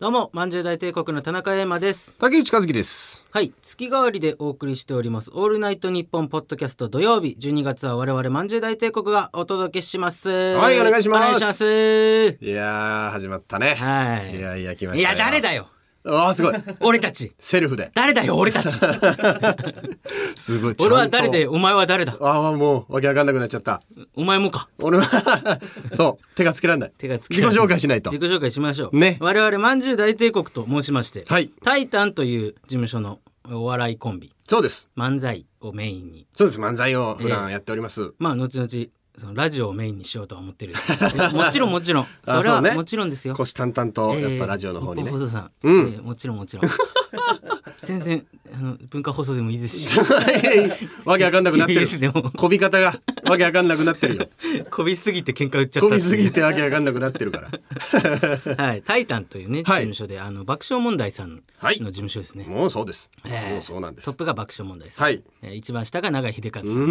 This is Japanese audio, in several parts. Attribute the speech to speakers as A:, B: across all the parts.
A: どうも、まんじゅう大帝国の田中英馬です。
B: 竹内和樹です。
A: はい、月替わりでお送りしております。オールナイトニッポンポッドキャスト土曜日、12月は我々まんじゅう大帝国がお届けします。はい
B: お願いします
A: お願いします。
B: いやー、始まったね。
A: はい。
B: いやいや、来ま
A: い
B: した
A: や、
B: よ。
A: 誰だよ。
B: ああ、すごい。
A: 俺たち。
B: セル フで。
A: 誰だよ、俺た ち。
B: すごい。ちゃん
A: 俺
B: と
A: は誰で、。お前は誰だ。
B: ああ、もう、わけわかんなくなっちゃった。
A: お前もか。
B: 俺は、 そう、手がつけらんない。
A: 手がつけ
B: 自己紹介しないと
A: 自。己紹介しましょう。
B: ね
A: 我々まんじゅう大帝国と申しまして、
B: はい
A: タイタンという事務所のお笑いコンビ、
B: そうです。
A: 漫才をメインに、
B: そうです。漫才を普段やっております。
A: まあ後々そのラジオをメインにしようとは思ってるんですよ もちろんもちろんそ
B: あ
A: れ
B: そ
A: は
B: うね
A: もちろんですよ
B: 腰淡々と、やっぱラジオの方に
A: え
B: ね
A: ー日本。放送さん、
B: うん
A: えーもちろんもちろん 全然あの文化放送でもいいですし
B: わけわかんなくなって
A: TBS で
B: る
A: も。
B: こび方が、わけわかんなくなって るよ。
A: こびすぎて喧嘩売っちゃった
B: こ
A: ってい
B: び
A: う
B: すぎてわけわかんなくなってるから。
A: はい、タイタンというね、
B: はい
A: 事務所であの爆笑問題さんの
B: はい
A: 事務所ですね、
B: もうそうです。
A: えー
B: もうそうなんです
A: トッ。プが爆笑問題さん、
B: はい。
A: えー一番下が永井秀和さん、
B: うー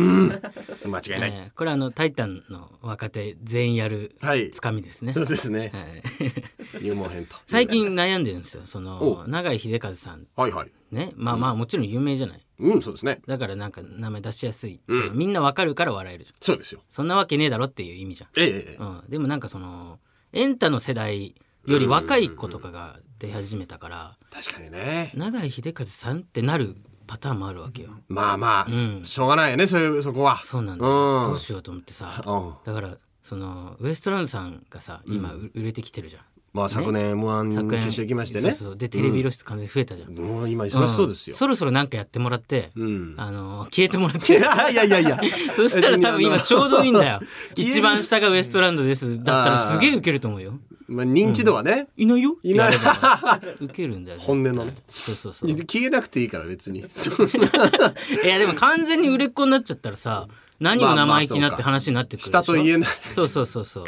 B: ん。間違いない。
A: えーこれはあのタイタンの若手全員やる
B: はい
A: つかみですね、
B: そうですね。
A: はい
B: 入門編と。
A: 最。近悩んでるんですよその
B: お
A: 永井秀和さん
B: はいはい。
A: ねまあまあもちろん有名じゃない
B: うん、そうですね。
A: だからなんか名前出しやすい、そのみんなわかるから笑えるじゃん
B: そうですよ。
A: そんなわけねえだろっていう意味じ
B: ええええ
A: ゃん、うん、でもなんかそのエンタの世代より若い子とかが出始めたから
B: 確かにね。
A: 永井秀和さんってなるパターンもあるわけよ
B: まあまあ、
A: うん
B: しょうがないよね、そういう、そこは。
A: そうなんだよ
B: うん
A: どうしようと思ってさ
B: うん。
A: だからそのウエストランドさんがさ今う売れてきてるじゃん
B: まあ、昨年 M1
A: 昨
B: 決
A: 年
B: 勝行きまして
A: そう
B: ね。
A: そうそうでテレビ露出完全に増えたじゃん、
B: もう今忙しそうですよ
A: ん。そろそろなんかやってもらって、
B: うん。
A: あの消えてもらっ
B: い
A: て
B: やいやいやいや。
A: そしたら多分今ちょうどいいんだ よ
B: 消える
A: 一番下がウエストランドですだったらすげえウケると思うよ
B: まあ、認知度はね、
A: いないよって
B: いない
A: 言われればウケる んだよ
B: 本音のね。
A: そうそうそうい
B: 消えなくていいから、別に。
A: やでも完全に売れっ子になっちゃったらさ何を生意気なって話になってくるでしょ
B: 下と言えない。
A: そうそうそう そう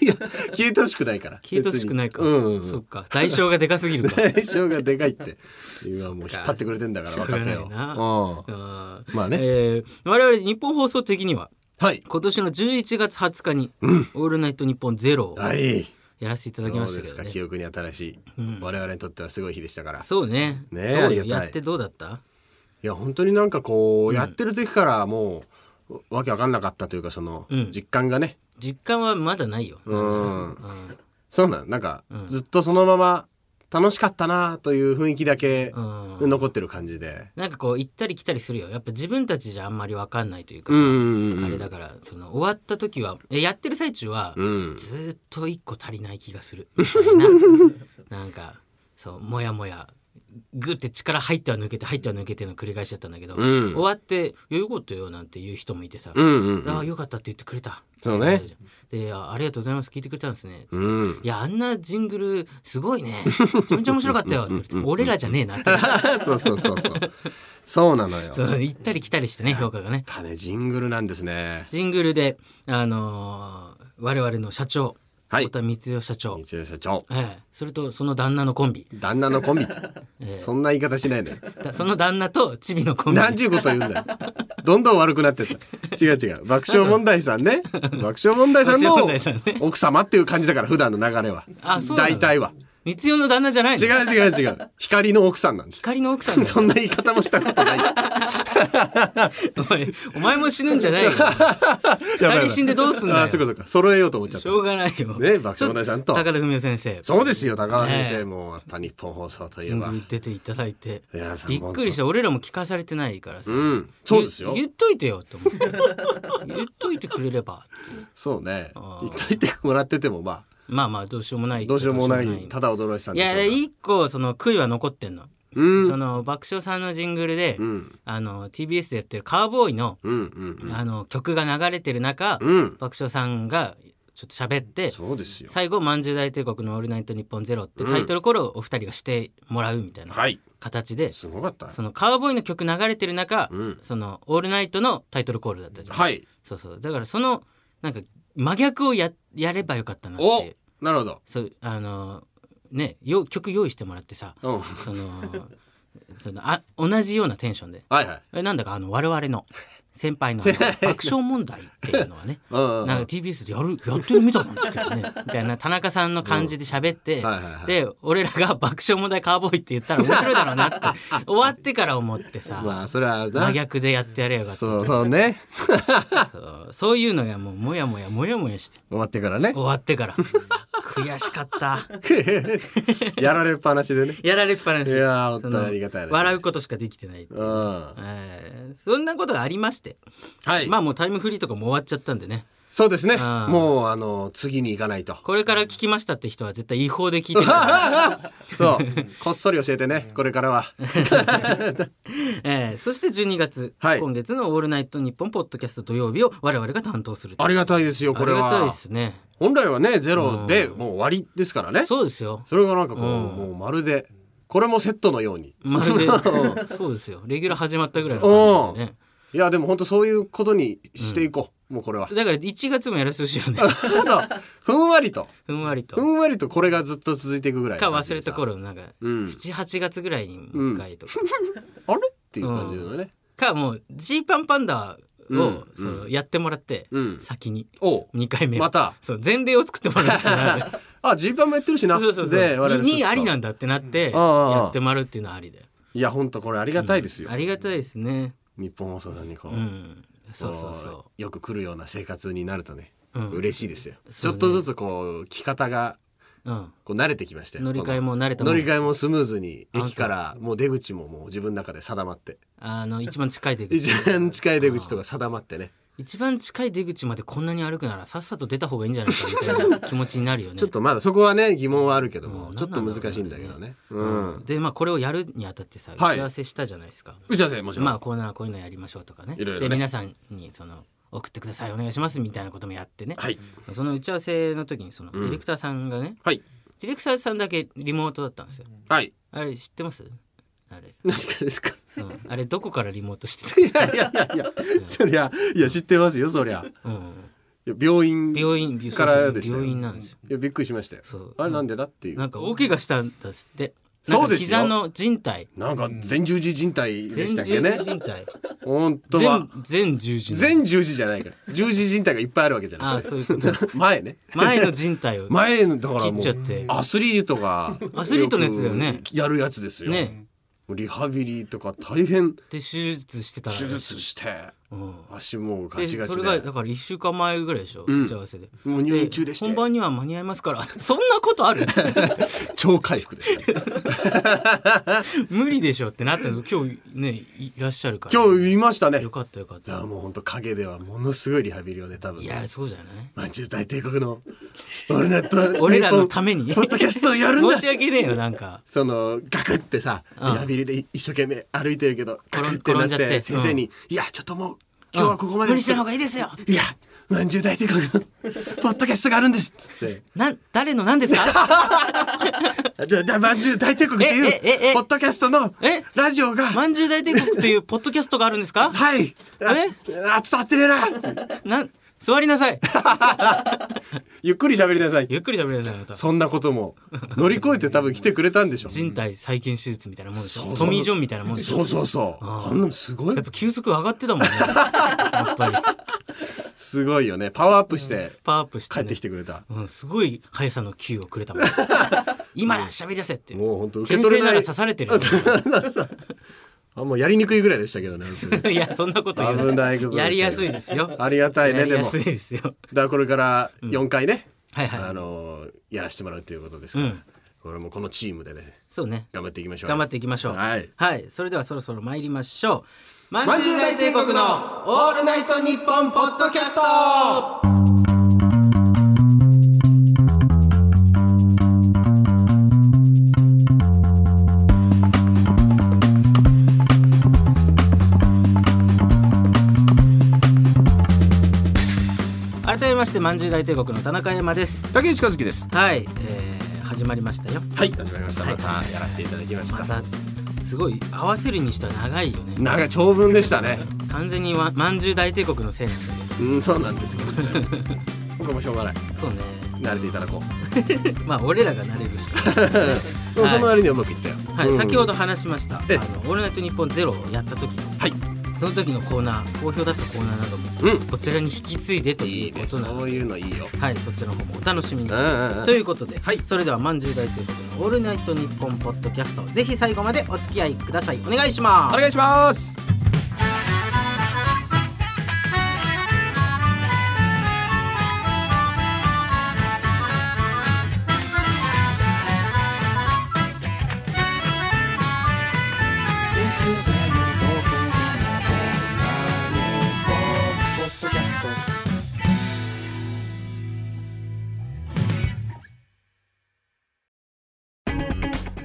B: いや、消えてほしくないから。
A: 消えてほしくないか、
B: 別にうん、うん。
A: そっか代償がでかすぎるか
B: 代償がでかいって。今もう引っ張ってくれてんだから、
A: しょう
B: 若
A: がな
B: 手
A: いな
B: を。うん。
A: あー
B: まあね
A: えー我々日本放送的には
B: はい。
A: 今年の11月20日に「オールナイトニッポンゼロを
B: はい。
A: やらせていただき
B: ど
A: ま
B: う
A: した
B: で
A: けど
B: すか、
A: ね
B: 記憶に新しい、我々にとってはすごい日でしたから。
A: そうね
B: ねえ
A: ど
B: あ
A: う
B: り
A: よ
B: がたい
A: やってどうだった
B: いや、本当になんかこう、やってる時からもう、わけわかんなかったというか、その、
A: うん
B: 実感がね。
A: 実感はまだないよ、
B: うん。
A: うん
B: そうなん、なんか、
A: うん
B: ずっとそのまま、楽しかったなという雰囲気だけ、
A: うん
B: 残ってる感じで。
A: なんかこう行ったり来たりするよやっぱ自分たちじゃあんまり分かんないというか
B: う
A: さ、
B: んうんうん。
A: あれだからその終わった時はえやってる最中は、
B: うん。
A: ずーっと一個足りない気がするみたい ななんかそうもやもやグって力入っては抜けて入っては抜けての繰り返しだったんだけど、
B: うん
A: 終わって「よいことよ」なんて言う人もいてさ「
B: うんうんうん。
A: ああよかった」って言ってくれた
B: そうね
A: であ「ありがとうございます聞いてくれたんですね」
B: うん。
A: いやあんなジングルすごいねめちゃめちゃ面白かったよ って言われて俺らじゃねえなって
B: そうそうそうそう。そうなのよ
A: そ。の行ったり来たりしてね評価がね
B: だね、ジングルなんですね。
A: ジングルであのー我々の社長
B: はい
A: 太田光代社長、
B: 三代社長。
A: ええそれとその旦那のコンビ
B: 旦那のコ ンビ。そんな言い方しないで、
A: だその旦那とチビのコンビ
B: 何ちゅうこと言うんだよ。どんどん悪くなってった。違う違う。爆笑問題さ んね。爆笑問題さん
A: 爆笑
B: の
A: 問題さんね
B: 奥様っていう感じだから、普段の流れは。
A: あそうなの
B: 大体は。
A: 光代の旦那じゃない
B: 違う
A: の
B: 違う違う。光の奥さんなんです。
A: 光の奥さんだよ
B: そんな言い方もしたこ とない。
A: お前お前も死ぬんじゃ ないよ
B: ばいやばい
A: 二人死んでどうすんだよ
B: あ、そういうことか。揃えようと思っちゃっ
A: したょ。うがないよ
B: ね爆笑問題さんと
A: ちょっ高田文夫先生
B: そうですよ、高田先生も、やっぱ日本放送といえ
A: ジング
B: ば。
A: ル出ていただいて
B: いやさ
A: びっくりした俺らも聞かされてないからさ、
B: うん。そうですよ
A: 言。言っといてよと思って言っといて くれれば
B: そうね
A: あ。ー
B: 言っといてもらってても、ま
A: まあまあどうしようもな
B: あ、
A: い
B: どうしようもない
A: どうしよう、
B: ただ驚いてたん
A: い
B: でしょ
A: や
B: うが
A: 一個その悔いは残ってんの、
B: うん。
A: その爆笑さんのジングルで、
B: うん。
A: あの TBS でやってるカーボーイの,、
B: うん。うん。
A: あの曲が流れてる中、
B: うん。
A: 爆笑さんがちょっと喋って
B: そうですよ。。
A: 最後「まんじゅう大帝国のオールナイトニッポンゼロってタイトルコールをお二人がしてもらうみたいない形で、
B: すごかった。
A: そのカーボーイの曲流れてる中、
B: うん
A: その「オールナイト」のタイトルコールだったじゃん、
B: はい。
A: そうそうだからそのなんか真逆をややればよかったなって
B: お
A: いう
B: なるほど。
A: そうあのねよ曲用意してもらってさ
B: うん。
A: そのそのあ同じようなテンションで
B: はいはい。
A: えなんだかあの我々の先輩の あの爆笑問題っていうのはね
B: うんうん
A: なんか TBS でやるやってるみたいなんですけどねみたいな田中さんの感じで喋って、
B: はいはいはい
A: で俺らが 爆笑問題カーボーイって言ったら面白いだろうなって終わってから思って さ、
B: まあそれはな
A: 真逆でやってやれよかったそ
B: そうそうね
A: うそういうのがもうモヤモヤモヤモヤして
B: 終わってからね
A: 終わってから悔しかった
B: やられっぱなしでね
A: やられっぱなし
B: いやー本当に
A: その
B: ありがたいね
A: 笑うことしかできてないっていう
B: うんは
A: えーそんなことがありまして、
B: い
A: まあもうタイムフリーとかも終わっちゃったんでね
B: そうですね
A: あー
B: もうあの次に行かないと
A: これから聞きましたって人は絶対違法で聞いてるから、
B: そうこっそり教えてねこれから は
A: えーそして12月、
B: はい
A: 今月の「オールナイトニッポン」ポッドキャスト土曜日を我々が担当すると
B: ありがたいですよこれ
A: ありがたい
B: は
A: ですね
B: 本来はねゼロでもう終わりですからね
A: そうですよ
B: それがなんかこう
A: うん
B: もうまるでこれもセットのように
A: まるでそうですよレギュラー始まったぐらいの感じでね
B: いやでも本当そういうことにしていこうもうこれは
A: だから1月もやらせてほしいよね
B: そうふんわりと
A: ふんわりと
B: ふんわりとこれがずっと続いていくぐらい
A: か
B: の感
A: 忘
B: じ
A: れ
B: でさ
A: た頃のなんか
B: うん
A: 78月ぐらいにもう一回とか、
B: あれっていう感じのね
A: かもうジーパンパンダを、
B: うん
A: そのやってもらって、
B: うん
A: 先に
B: おう
A: 2回目を
B: また
A: そう前例を作ってもらうってなる
B: あジーパンもやってる しな
A: そうそうそう
B: で我々ちょっと
A: 2ありなんだってなって
B: んうんうん
A: やってもらうっていうのはありだよ
B: いや本当これありがたいですよ
A: ありがたいですね
B: 日本放送さんにこう、
A: うんそうそうそ
B: こうよく来るような生活になるとね、
A: うん
B: 嬉しいですよ、ち
A: そう
B: ょ
A: ね
B: っとずつこう着方が
A: う、うん、
B: こう慣れてきましたよ
A: 乗り換えも慣れた
B: こ
A: も
B: の
A: ん
B: 乗り換えもスムーズに駅からもう出口ももう自分の中で定まって
A: あの一番近い出口
B: 一番近い出口とか定まってね
A: 一番近い出口までこんなに歩くならさっさと出た方がいいんじゃないかみたいな気持ちになるよね
B: ちょっとまだそこはね疑問はあるけども、
A: うん
B: ちょっと難しいんだけどね、うん、
A: でまあこれをやるにあたってさ打
B: はい
A: ち合わせしたじゃないですか、
B: 打ち合わせもちろん、
A: まあこうなこういうのやりましょうとかね
B: いろいろね
A: で皆さんにその送ってくださいお願いしますみたいなこともやってね、
B: はい
A: その打ち合わせの時にそのディレクターさんがね、
B: はい
A: ディレクターさんだけリモートだったんですよ
B: はい
A: あれ知ってますあれ、
B: 何かですか
A: うん、あれどこからリモートして
B: い やいやいやいやそりゃいや知ってますよそりゃ
A: た、うん、
B: いや病院
A: 病院そうそうそう
B: からでしたよ
A: 病院なんですよ
B: いやびっくりしましたよ
A: そう
B: あれなんでだっていう
A: なんか大怪我したんですって
B: そうですよ
A: なんか膝の靭帯
B: なんか全十字靭帯で
A: 全
B: した
A: 十
B: っけ
A: 字
B: ね。
A: 靭帯
B: 本当は
A: 全全十字の
B: 全十字じゃないから十字靭帯がいっぱいあるわけじゃ
A: あ
B: な
A: あ
B: い。
A: そういうこと
B: 前ね。
A: 前の靭帯を
B: 前のだから
A: 切
B: も
A: っちゃっ
B: う
A: て
B: アスリートが
A: アスリートのやつだよね
B: くやるやつですよ。
A: ね
B: リハビリとか大変
A: で手術してたら
B: 手術して
A: うん
B: 足もガ
A: で
B: チガ
A: そ
B: チ
A: れが
B: で
A: だから1週間前ぐらいでしょ、
B: ん
A: 打ち合わせで
B: もう入院中でして
A: 本番には間に合いますから そんなことある
B: 超回復ですね。
A: 無理でしょってなったの今日ねいいらっしゃるから
B: 今日いましたね
A: よ。かったよかっ
B: いや
A: た
B: もう本当影ではものすごいリハビリをね多分
A: い。やそうじゃない
B: 満州大帝国の俺らと
A: 俺らのために
B: ポッドキャストをやるん
A: 申
B: だ
A: し訳ねえよなんか
B: そのガクってさリ
A: うん
B: ハビリで一生懸命歩いてるけどガクってな
A: 転
B: っ
A: んじゃって
B: て先生に「いやちょっともう今日はここまで」
A: うん無理しない方がいいですよ
B: いやまんじゅう大帝国 のポッドキャストがあるんです」っつって
A: な誰の何ですか
B: 「だだまんじゅう大帝国」って
A: えええ
B: い
A: え
B: うポッドキャストの
A: え
B: ラジオが
A: まんじゅう大帝国っていうポッドキャストがあるんですか
B: はいああ
A: れ
B: 伝わってねえな
A: な座りなさい
B: ゆっくり喋りなさい
A: ゆっくり喋りなさいまた
B: そんなことも乗り越えて多分来てくれたんでしょ
A: 人体再建手術みたいなもんでし
B: そうそ
A: ょ
B: う
A: トミー・ジョンみたいなもんでしょ
B: そうそうそうあんなのすごい
A: やっぱ急速上がってたもんねやっぱり
B: すごいよねパワーアップして
A: パワーアップして、
B: 帰
A: ね、
B: ってきてくれた
A: うん、すごい速さの球をくれたも ん今だ喋り出せって
B: もう本当受け取れない
A: 牽制なら刺されてるよ
B: あもうやりにくいぐらいでしたけどね。
A: いやそんなこと言
B: 危ないことでした よ
A: やりやすいですよ
B: ありがたい
A: や
B: ね
A: り
B: で
A: や
B: も。
A: す
B: だ
A: い
B: か
A: ですよ
B: らこれから4回ね、
A: はいはい
B: あのーやらせてもらうということですから、
A: うん
B: これもこのチームでね
A: そうね
B: 頑張っていきましょう。
A: 頑張っていきましょう
B: はい
A: それではそろそろ参りましょうま
B: ま
A: ん
B: ん
A: じゅ
B: じゅ
A: う
B: う
A: 大
B: 大
A: 帝
B: 帝
A: 国
B: 国
A: の
B: の
A: オールナイトニッポンポッドキャスト改めましてまんじゅう大帝国の田中山です
B: 竹内和樹です。
A: はい、えー、始まりましたよ
B: はい始まりました。
A: はい
B: またやらせていただきました。
A: またすごい合わせるにしては長いよね
B: なんか長文でしたね。
A: 完全にわまんじゅう大帝国のせいなんだけ
B: うんそうなんですけど、ね。 僕もしょうがない。
A: どそうね
B: 慣れていただこ う。
A: まあ俺らが慣れ るしかない、
B: でもその割にはうまくいったよ。
A: はい
B: うん
A: 先ほど話しました「あ
B: え
A: のオールナイトニッポンゼロをやった時の
B: はい。
A: そその時のコーナー好評だったコーナーなども
B: うん
A: こちらに引き継いでと
B: い
A: い
B: いう
A: こ
B: ね
A: となの
B: そういうのいいよ
A: で、はい、そちらの方もお楽しみに
B: うんうんうん
A: ということで、
B: はい
A: それではまんじゅう大ということで「オールナイトニッポン」ポッドキャストぜひ最後までお付き合いくださいお願いしま
B: お
A: す
B: 願いします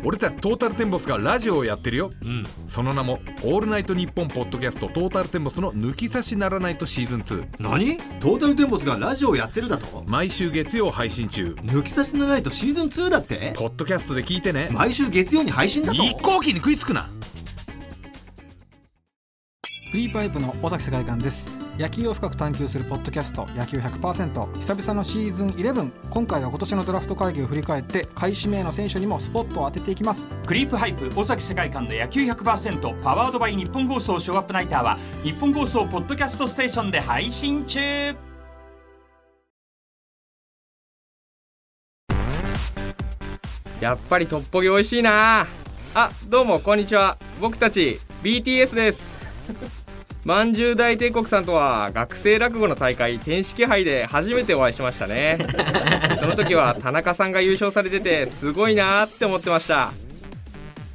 C: 俺たちトータルテンボスがラジオをやってるよ
A: うん
C: その名も「オールナイトニッポン」ポッドキャストトータルテンボスの抜き差しならないとシーズン2
D: 何トータルテンボスがラジオをやってるだと
C: 毎週月曜配信中
D: 抜き差しのないとシーズン2だって
C: ポッドキャストで聞いてね
D: 毎週月曜に配信だと
C: 一向機に食いつくな
E: フリーパイプの尾崎世界観です野球を深く探求するポッドキャスト野球100%久々のシーズン11今回は今年のドラフト会議を振り返って下位指名の選手にもスポットを当てていきます
F: クリープハイプ尾崎世界観の野球100%パワードバイ日本放送ショーアップナイターは日本放送ポッドキャストステーションで配信中
G: やっぱりトッポギ美味しいなあどうもこんにちは僕たち BTS ですまんじゅう大帝国さんとは学生落語の大会天式杯で初めてお会いしましたねその時は田中さんが優勝されててすごいなーって思ってました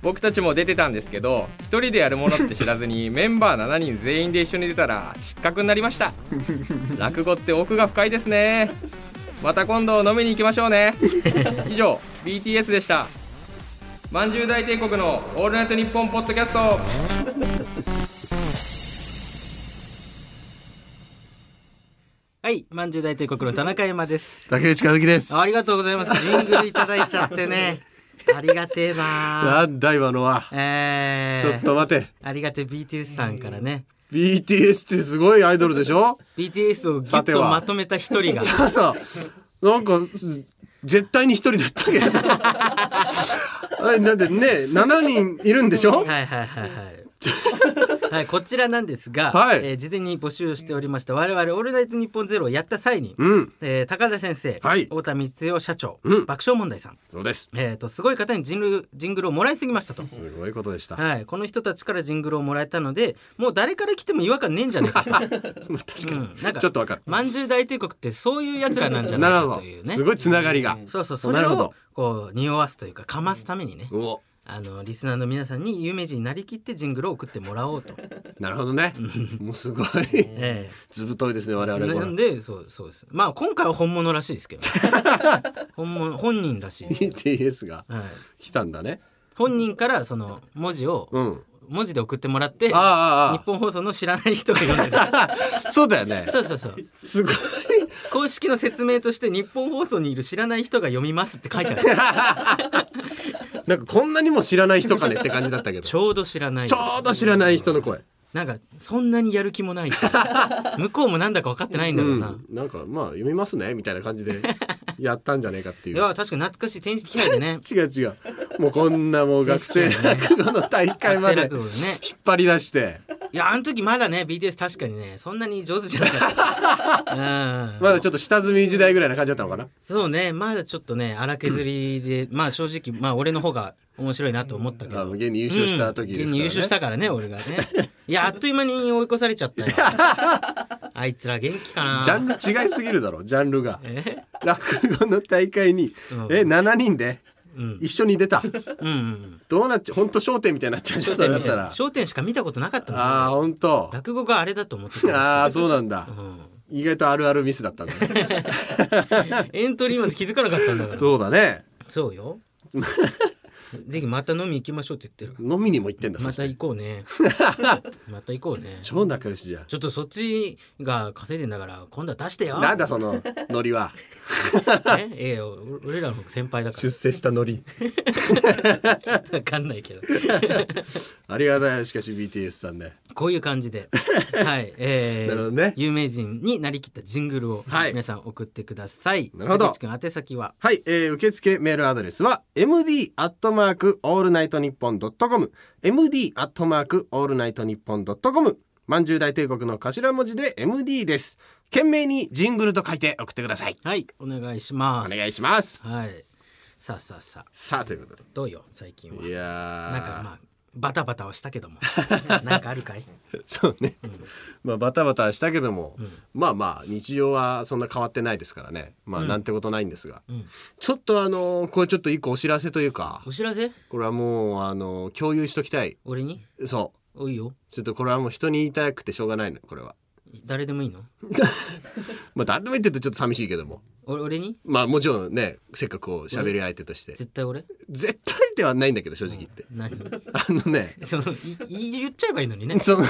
G: 僕たちも出てたんですけど一人でやるものって知らずにメンバー7人全員で一緒に出たら失格になりました落語って奥が深いですねまた今度飲みに行きましょうね以上 BTS でしたまんじゅう大帝国の「オールナイトニッポン」ポッドキャスト
A: はいまんじゅう大帝国の田中山です
B: 竹内和樹です
A: ありがとうございますジングルいただいちゃって ねありがてえな
B: なんだ今のは
A: えー、
B: ちょっと待て
A: ありがてえ BTS さんからね
B: BTS ってすごいアイドルでしょ
A: BTS をギュ
B: さ
A: ッ
B: て
A: と
B: は
A: まとめた一 人が
B: ただなんかす絶対に一人だったけど あれなんでね7人いるんでし
A: はい
B: ょ
A: はいはいはい。はい、こちらなんですが、
B: はい
A: えー事前に募集しておりました我々「オールナイトニッポンゼロをやった際に、
B: うん
A: えー高田先生、
B: はい
A: 太田光代社長、
B: うん
A: 爆笑問題さん、
B: そうです
A: えー、とすごい方にジングルジングルをもらいすぎましたと。
B: すごいことでした
A: はい、この人たちからジングルをもらえたのでもう誰から来ても違和感ねえんじゃない かと、
B: 確か
A: うん、なん
B: にちょっとわかる
A: まんじゅう大帝国ってそういうやつらなんじゃな
B: ないる
A: か
B: ほ
A: と
B: ど
A: いうね
B: すごいつながりが
A: そうそうそ
B: な
A: れ
B: るほ
A: を
B: ど
A: こう匂わすというかかますためにね
B: うお
A: あのリスナーの皆さんに有名人になりきってジングルを送ってもらおう と。
B: なるほど ねもうすごい
A: え
B: ずぶといですね我
A: え
B: 々こ
A: な ん
B: れ
A: でそうそうです。まあ今回は本物らしい ですけど、本物本人らしいです。
B: BTS が
A: はい、
B: 来たんだね
A: 本人からその文字を、
B: うん
A: 文字で送ってもらって、
B: ああああ
A: 日本放送の知らない人が読ん でる。
B: そうだよね
A: そうそうそう。
B: すごい
A: 公式の説明として日本放送にいる知らない人が読みますって書い てある。
B: なんかこんなにも知らない人かねって感じだったけ どち
A: ちょうど知らない。
B: ょうど知らない人の声
A: なんかそんなにやる気も ないし、向こうもなんだか分かってないんだろうな。
B: うん、なんかまあ読みますねみたいな感じでやったんじゃねえかってい
A: いうや確かに懐かしい天使機械で ね
B: 違う違うもうこんなもう学生落語の大会
A: 学
B: ま
A: 生
B: で
A: 落語でね
B: 引っ張り出して
A: いやあの時まだね BTS 確かにねそんなに上手じゃなかった、 うん
B: まだちょっと下積み時代ぐらいな感じだったのかな
A: そうねまだちょっとね荒削り で、まあ正直まあ俺の方が面白いなと思ったけ
B: あ
A: ど
B: 現に優勝した時です
A: うん
B: から、ね
A: 現に優勝したからね俺がねい やあっという間に追い越されちゃったよあいつら元気かな
B: ジャンル違いすぎるだろジャンルが
A: え
B: 落語の大会に、
A: うん
B: え7人で
A: うん
B: 一緒に出た、
A: うんうん
B: どうなっちゃうほんと『笑点』みたいになっちゃうじゃんそうなったら
A: 焦点しか見たことなかった
B: ああ
A: の
B: ほんと
A: 落語があれだと思ってたんですよ
B: ああそうなんだ
A: うん
B: 意外とあるあるミスだった んだね
A: エントリーまで気づかなかったんだから
B: そうだね
A: そう よぜひまた飲み行きましょうって言ってる
B: 飲みにも行ってんだそ
A: ま
B: して
A: た行こう ねまた行こうね
B: 超仲良しじゃん
A: ちょっとそっちが稼いでんだから今度は出してよ
B: なんだそのノリは
A: ねええよお俺らの先輩だか
B: 出世したノリ
A: ら わかんないけど
B: ありがたいしかし BTS さんね
A: こういう感じ ではい、えー
B: なるほどね
A: 有名人になりきったジングルを
B: はい
A: 皆さん送ってください、
B: なるほど
A: 竹内君宛先は
B: はい、えー、受付メールアドレスは md アットマークオールナイトニッポンドットコム md アットマークオールナイトニッポンドットコム万十大帝国の頭文字で MD です懸命にジングルと書いて送ってください
A: はいお願いしま
B: お
A: す
B: 願いします
A: はいさあさあさあ
B: さあということで
A: どうよ最近はい
B: やー
A: なんかまあバタバタはしたけど もなんかあるかい
B: そうね、まあバタバタしたけども、まあまあ日常はそんな変わってないですからねまあなんてことないんですが、
A: ん
B: ちょっとあのーこれちょっと一個お知らせというか
A: お知らせ
B: これはもうあのー共有しときたい
A: 俺に
B: そう
A: おいよ
B: ちょっとこれはもう人に言いたくてしょうがないのこれは
A: 誰でもいいの
B: まあ誰でも言ってるとちょっと寂しいけども
A: お俺に
B: まあもちろんねせっかくこう喋り相手として
A: 絶対俺
B: 絶対ではないんだけど正直言って、
A: 何
B: あのね
A: そのいい言っちゃえばいいのにね
B: その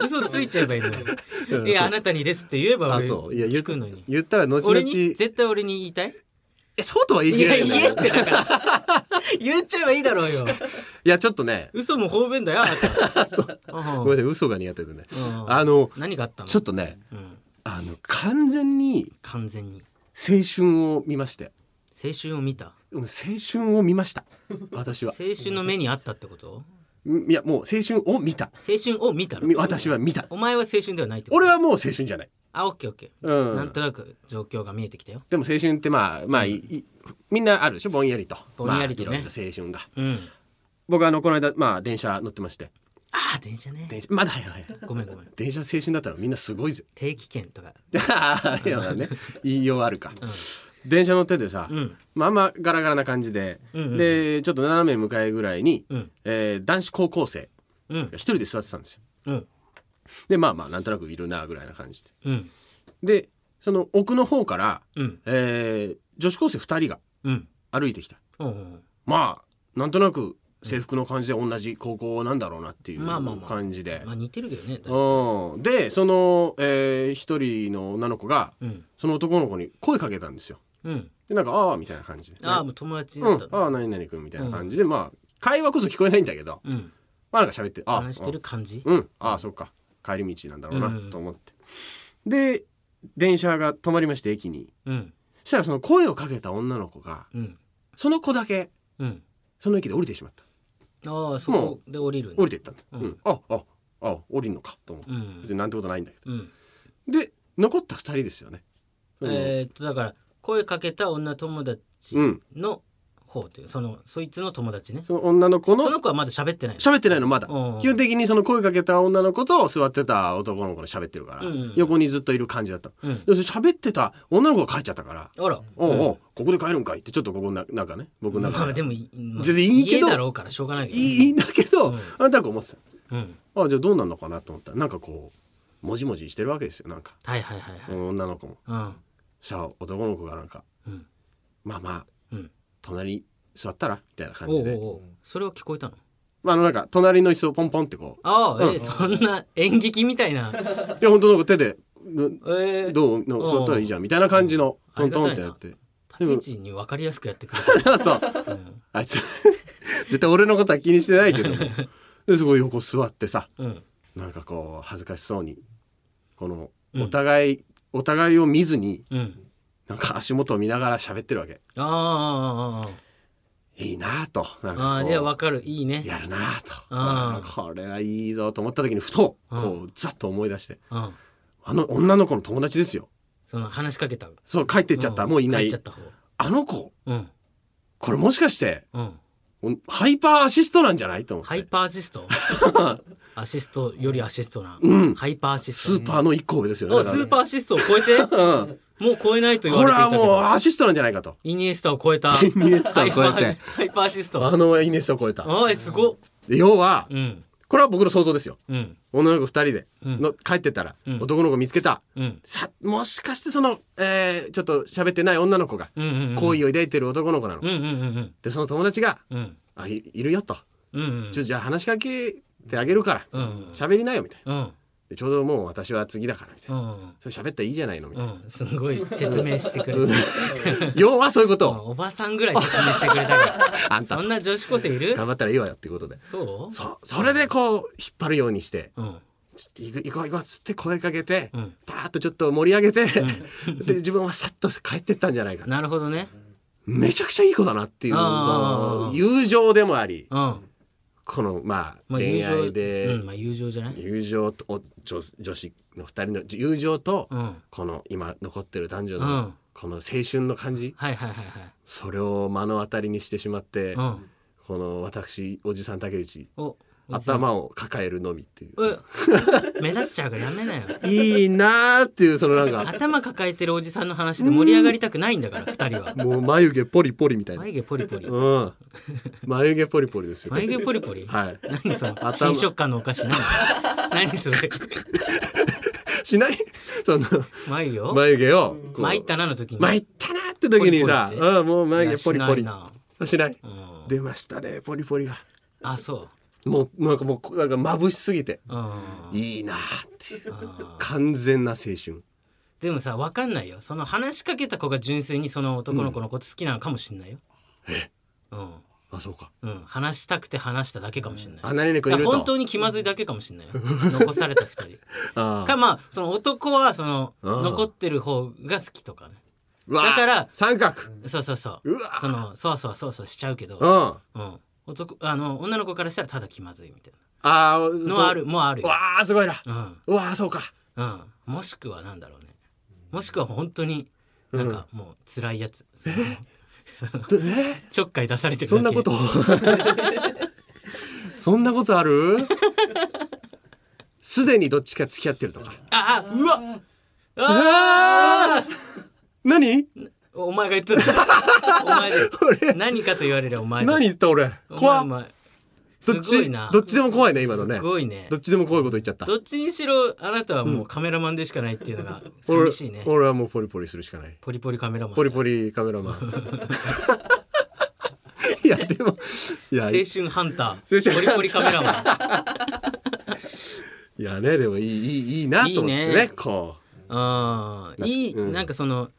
A: 嘘ついちゃえばいいの
B: ん
A: にいやあなたにですって言えば
B: あ
A: 俺
B: そういや言
A: 聞
B: っ
A: くのに
B: 言ったら後々
A: 俺に絶対俺に言いたい
B: えそうとは言い
A: い
B: 切れ
A: や
B: ないん
A: 言
B: だ
A: え
B: け
A: っ
B: ど
A: てだから 言っちゃえばいいだろうよ
B: いやちょっとね
A: 嘘も方便だよあな たうん
B: ごめんなさい嘘が苦手でね、
A: うん
B: あの
A: 何があったの
B: ちょっとね
A: うん
B: あの完全に
A: 完全に
B: 青春を見まして
A: 青春を見た
B: うん青春を見ました私は
A: 青春の目にあったってこと
B: うんいやもう青春を見た
A: 青春を見たの
B: み私は見た
A: お前は青春ではないってこと
B: 俺はもう青春じゃない
A: あオッケーオッケー、
B: うん
A: なんとなく状況が見えてきたよ
B: でも青春ってまあまあ、いいみんなあるでしょぼんやりと
A: ぼんやりとね
B: まあいろいろ青春が
A: うん
B: 僕あのこの間まあ電車乗ってまして
A: ああ電車ね
B: 電車まだ早い早い
A: ごめんごめん
B: 電車青春だったらみんなすごいぜ
A: 定期券とか
B: ああいやね言いようあるか、電車乗っててさ、
A: ん
B: まあまあガラガラな感じで、
A: んうん
B: でちょっと斜め向かいぐらいに、
A: うん
B: えー男子高校生
A: うん
B: 一人で座ってたんですよ
A: うん
B: でまあまあなんとなくいるなぐらいな感じで
A: うん
B: でその奥の方から、
A: うん
B: えー女子高生2人が
A: うん
B: 歩いてきた
A: おうおう
B: まあなんとなく制服の感じで同じ高校なんだろうなっていう
A: まあまあまあ
B: 感じで、
A: まあ似てるけどねだい
B: うんでその、えー一人の女の子が、
A: うん
B: その男の子に声かけたんですよ
A: うん
B: でなんか「ああ」みたいな感じで「
A: ああ
B: ね
A: もう友達
B: う
A: だ
B: ん
A: っ、
B: あ
A: たの
B: あ何々君」みたいな感じで、まあ会話こそ聞こえないんだけど、
A: うん、
B: まあなんか喋って「ああ
A: 話してる感じ
B: うんああそっか帰り道なんだろう
A: うんう
B: なんと思って、で電車が止まりまして駅に
A: うん
B: そしたらその声をかけた女の子が
A: うん
B: その子だけ
A: うん
B: その駅で降りてしまった
A: ああそこで降りるんだ
B: 降りてったんだ、
A: う
B: うんんあああ降りんのかと思って、
A: うん
B: 別になんてことないんだけ
A: うん
B: どで残った2人ですよね、うん
A: えーっとだから声かけた女友達
B: うん
A: の方というそのそいつの友達ねそ
B: その女の子の
A: の子はまだ喋ってないの
B: 喋ってないのまだ
A: うん
B: 基本的にその声かけた女の子と座ってた男の子の喋ってるから、
A: うん
B: 横にずっといる感じだった、
A: うん
B: でそれ喋ってた女の子が帰っちゃったから「
A: あら
B: おうおうここで帰るんかい」ってちょっとここななんかね僕の
A: ま
B: 中
A: あ
B: で
A: で
B: は
A: もい、まあ
B: 全然いいけど
A: 家だろうからしょうがないけ
B: い
A: どね
B: いいいんだけど、なんとなく思ってた
A: うん
B: あじゃあどうなんのかなと思ったらなんかこうもじもじしてるわけですよなんか
A: はいはいはいはい
B: 女の子も。
A: うん
B: そしたら男の子がなんか
A: うん
B: 「まあまあ
A: うん
B: 隣に座ったら?」みたいな感
A: お
B: じ
A: うおう
B: で
A: おうそれは聞こえたの
B: まああのなんか隣の椅子をポンポンってこう
A: ああ、えーそんな演劇みたい な
B: いや本当なんか手でうん
A: えー、
B: どうの
A: うん
B: 座ったらいいじゃんみたいな感じの
A: うん
B: トントンってやって
A: 竹内に分かりやすくやってくれ
B: そう
A: た、うん
B: あいつ 絶対俺のことは気にしてないけ どもですごい横座ってさ
A: うん、
B: なんかこう恥ずかしそうにこの
A: うん
B: お互い、お互いを見ずに
A: うん、
B: なんか足元を見ながら喋ってるわけ
A: ああああああ
B: いいなぁとなん
A: あ
B: か
A: あ
B: こ
A: で
B: う
A: 分かるいいね
B: やるなぁと
A: あー
B: これはいいぞと思った時にふと
A: うん
B: こうざっと思い出して
A: うん、
B: あの女の子の友達ですよ
A: その話しかけた
B: そう帰ってっちゃった、もういな
A: 帰っ
B: い
A: ちゃった方
B: あの子
A: うん
B: これもしかして
A: うん
B: ハイパーアシストなんじゃないと思って
A: ハイパーアシストアシストよりアシストな、
B: うん
A: ハイパーアシ
B: ス
A: ス
B: ー
A: ト
B: パーの一個上ですよね
A: お
B: だ
A: ス
B: から
A: ーパーアシストを超えて
B: うん
A: もう超えないと言
B: こ
A: わ
B: れ
A: れていた
B: は
A: け
B: もう
A: ど
B: アシストなんじゃない かと
A: イニエスタを超えた
B: イニエスタを超
A: ハ
B: えて
A: イパーハイパーアシスト
B: あのイネスを超えた
A: おいすごっ
B: で要は
A: うん
B: これは僕の想像ですよ
A: うん
B: 女の子二人で
A: うん
B: の帰ってたら
A: うん
B: 男の子見つけた
A: うん
B: さもしかしてその、えーちょっと喋ってない女の子が
A: うんうんうん
B: 好意を抱いてる男の子なの
A: うんうんうんうん
B: でその友達が
A: うん
B: 「あいいるよ」と
A: うんうん
B: 「ちょっとじゃあ話しかけてあげるから
A: うん
B: 喋りなよ」みたいな
A: うん
B: でちょうどもう私は次だからみたいうなんそれ喋ったらいいじゃないのみた
A: う
B: い
A: んすごい説明してくれ
B: な 要はそういうこ
A: た
B: とを
A: おばさんぐらい説明してくれたから
B: あん
A: そ
B: た
A: んな女子高生いる
B: 頑張ったらいいわよっていうことで
A: そう
B: そうそれでこう引っ張るようにして
A: うん
B: 「ちょっと行こう行こう」っつって声かけて
A: うん
B: パーッとちょっと盛り上げてで自分はさっと帰ってったんじゃないかな
A: なるほどね
B: めちゃくちゃいい子だなっていう
A: あー
B: 友情でもあり
A: うん
B: このまあ
A: まあ
B: 恋
A: 友情
B: 愛で、
A: うんまあ友情じゃない
B: 友情とお女女子の二人の友情と、
A: うんはい
B: この今残ってる男女
A: う
B: の
A: ん
B: この青春の感じ、
A: はいはいは
B: それを目の当たりにしてしまって、
A: いうん
B: この私おじさん竹内
A: おおじさん
B: 頭を抱えるのみっていう
A: う目立っちゃうからやめなよ
B: いいなーっていうそのなん か
A: 頭抱えてるおじさんの話で盛り上がりたくないんだから二人は
B: もう眉毛ポリポリみたいな、
A: 眉毛ポリポリ
B: うん、眉毛ポリポリですよ
A: 眉毛ポリポリ
B: はい
A: 何その
B: 頭
A: 新食感のお菓子何何それ
B: しない その
A: 眉よ
B: 眉毛をこう
A: 参ったなの時に
B: 参ったなって時にさ
A: ポリポリって
B: うん、もう眉毛ポリポリ
A: いやしない
B: しない
A: うん
B: 出ましたねポリポリが
A: あそ
B: もうなんかもうなんか眩しすぎて
A: ううん
B: いいなーっていう
A: あー
B: 完全な青春
A: でもさ分かんないよその話しかけた子が純粋にその男の子のこと好きなのかもしんないよ、うん
B: あそうか
A: うん、話したくて話しただけかもしれない。
B: あ何々君
A: だか
B: いる
A: ら
B: と
A: 本当に気まずいだけかもしれないよ。残された二人。
B: あー
A: かまあその男はその
B: うん
A: 残ってる方が好きとかね。
B: うわー
A: だから
B: 三角
A: そうそうそう。
B: うわー
A: そのそわそわそわそわしちゃうけど、
B: うん
A: う
B: あ
A: ん、男あの女の子からしたらただ気まずいみたい
B: あ
A: なのはあるもうあるよ。
B: わあすごいな
A: うん
B: うわあそうか
A: うん。もしくはなんだろうね。もしくは本当になんかもう辛いやつ。その
B: どえ
A: ちょっかい出されてるだけ
B: そんなこと そんなこと あるすでにどっちか付き合ってるとか
A: ああうわ
B: ああ何
A: お前が言ってるお前で
B: 俺
A: 何かと言われるお前だ
B: 何言った俺
A: お前
B: 怖
A: お
B: っ
A: 前す
B: ど
A: ご
B: っち
A: いな
B: どっちでも怖いね今のね
A: すごいね
B: どっちでも怖いこと言っちゃった
A: どっちにしろあなたはもううカメラマンでしかないっていうのが
B: 俺
A: 寂しいね
B: 俺はもうポリポリするしかない
A: ポリポリカメラマン
B: ポリポリカメラマ ンいやでもいや
A: 青
B: い
A: 春ハンタ
B: 青春
A: ーポリポリカメラマン
B: やねでもいいいいいいなと思って
A: いい
B: ね
A: ね
B: こ
A: あーいい、
B: うん
A: なんかその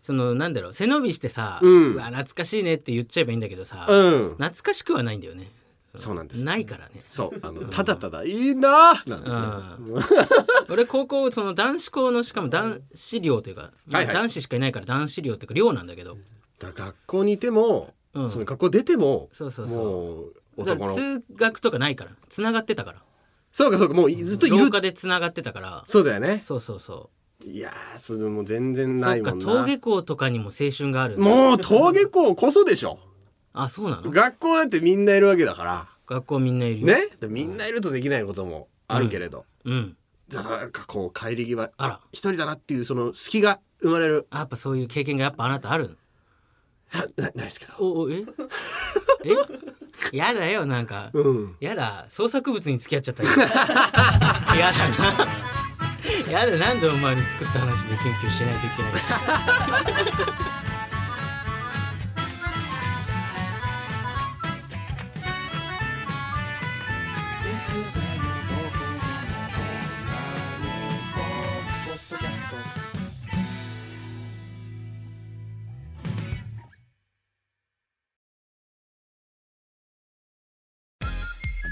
A: そのなんだろう背伸びしてさ、
B: うん
A: わ懐かしいねって言っちゃえばいいんだけどさ、
B: ううん
A: 懐かしくはないんだよね
B: そうなんです
A: ないからね
B: そうあのただただいいなーなんですね
A: うん、俺高校その男子校のしかも男子寮というか、まあ
B: はいはい
A: 男子しかいないから男子寮というか寮なんだけど
B: だから学校にいても、
A: うん
B: その学校出ても
A: そうそうそう
B: もう
A: だか
B: 男
A: ら
B: の
A: 通学とかないからつながってたから
B: そうかそうかもうずっといる
A: 廊下でつながってたから
B: そうだよね
A: そうそうそ
B: いやーそれもう全然
A: う
B: な
A: そ
B: い
A: っ
B: も
A: か
B: んな
A: 登下校とかにも青春があるんだ
B: もう登下校こそでしょ
A: あそうなの
B: 学校なんてみんないるわけだから
A: 学校みんないるよ、
B: ねみんないるとできないこともあるけれど、
A: うん
B: だからなんかこう帰り際
A: あら
B: 一人だなっていうその隙が生まれる
A: あやっぱそういう経験がやっぱあなたあるの
B: はなないですけど
A: おおえ えやだよなんか、
B: うん
A: やだ創作物に付き合っちゃったよ やだなやだなんでお前に作った話で研究しないといけないの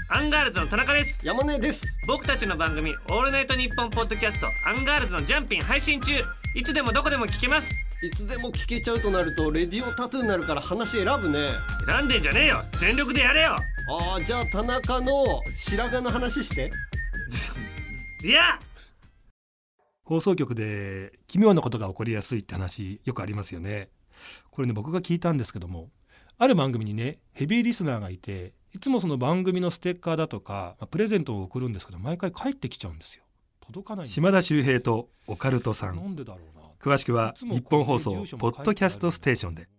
H: アンガールズの田中です
B: 山根です
H: 僕たちの番組「オールナイトニッポン」ポッドキャスト「アンガールズのジャンピン」配信中いつでもどこでも聞けます
B: いつでも聞けちゃうとなるとレディオタトゥーになるから話選ぶね
H: 選んでんじゃねえよ全力でやれよ
B: あーじゃあ田中の白髪の話して
H: いや
I: 放送局で奇妙なことが起こりやすいって話よくありますよねこれね僕が聞いたんですけどもある番組にねヘビーリスナーがいていつもその番組のステッカーだとか、まあプレゼントを送るんですけど毎回帰ってきちゃうんですよ届かないんですよ
J: 島田秀平とオカルトさ
I: なんんでだろうな
J: 詳しくはい
I: つも
J: 日本放送ポッドキャストステーションで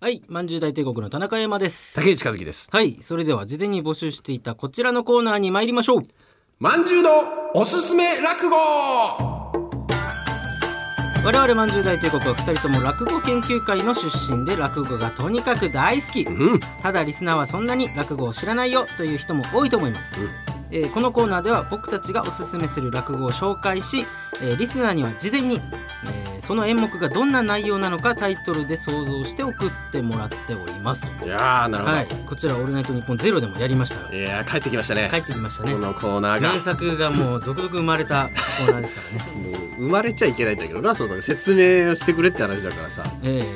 A: はい満十大帝国の田中山です
B: 竹内和樹です
A: はいそれでは事前に募集していたこちらのコーナーに参りましょう
B: まんじゅうのおすすめ落語
A: 我々満十大帝国は2人とも落語研究会の出身で落語がとにかく大好き、
B: うん
A: ただリスナーはそんなに落語を知らないよという人も多いと思います、えーこのコーナーでは僕たちがおすすめする落語を紹介しえーリスナーには事前に、えーその演目がどんな内容なのかタイトルで想像して送ってもらっておりますと
B: いやーなるほど、
A: はい、こちら「オールナイトニッポンゼロでもやりましたが
B: い、やー帰ってきましたね
A: 帰ってきましたね
B: このコーナーが
A: 名作がもう続々生まれたコーナーですから ね
B: 生まれちゃいけないんだけどなそうだ説明をしてくれって話だからさ、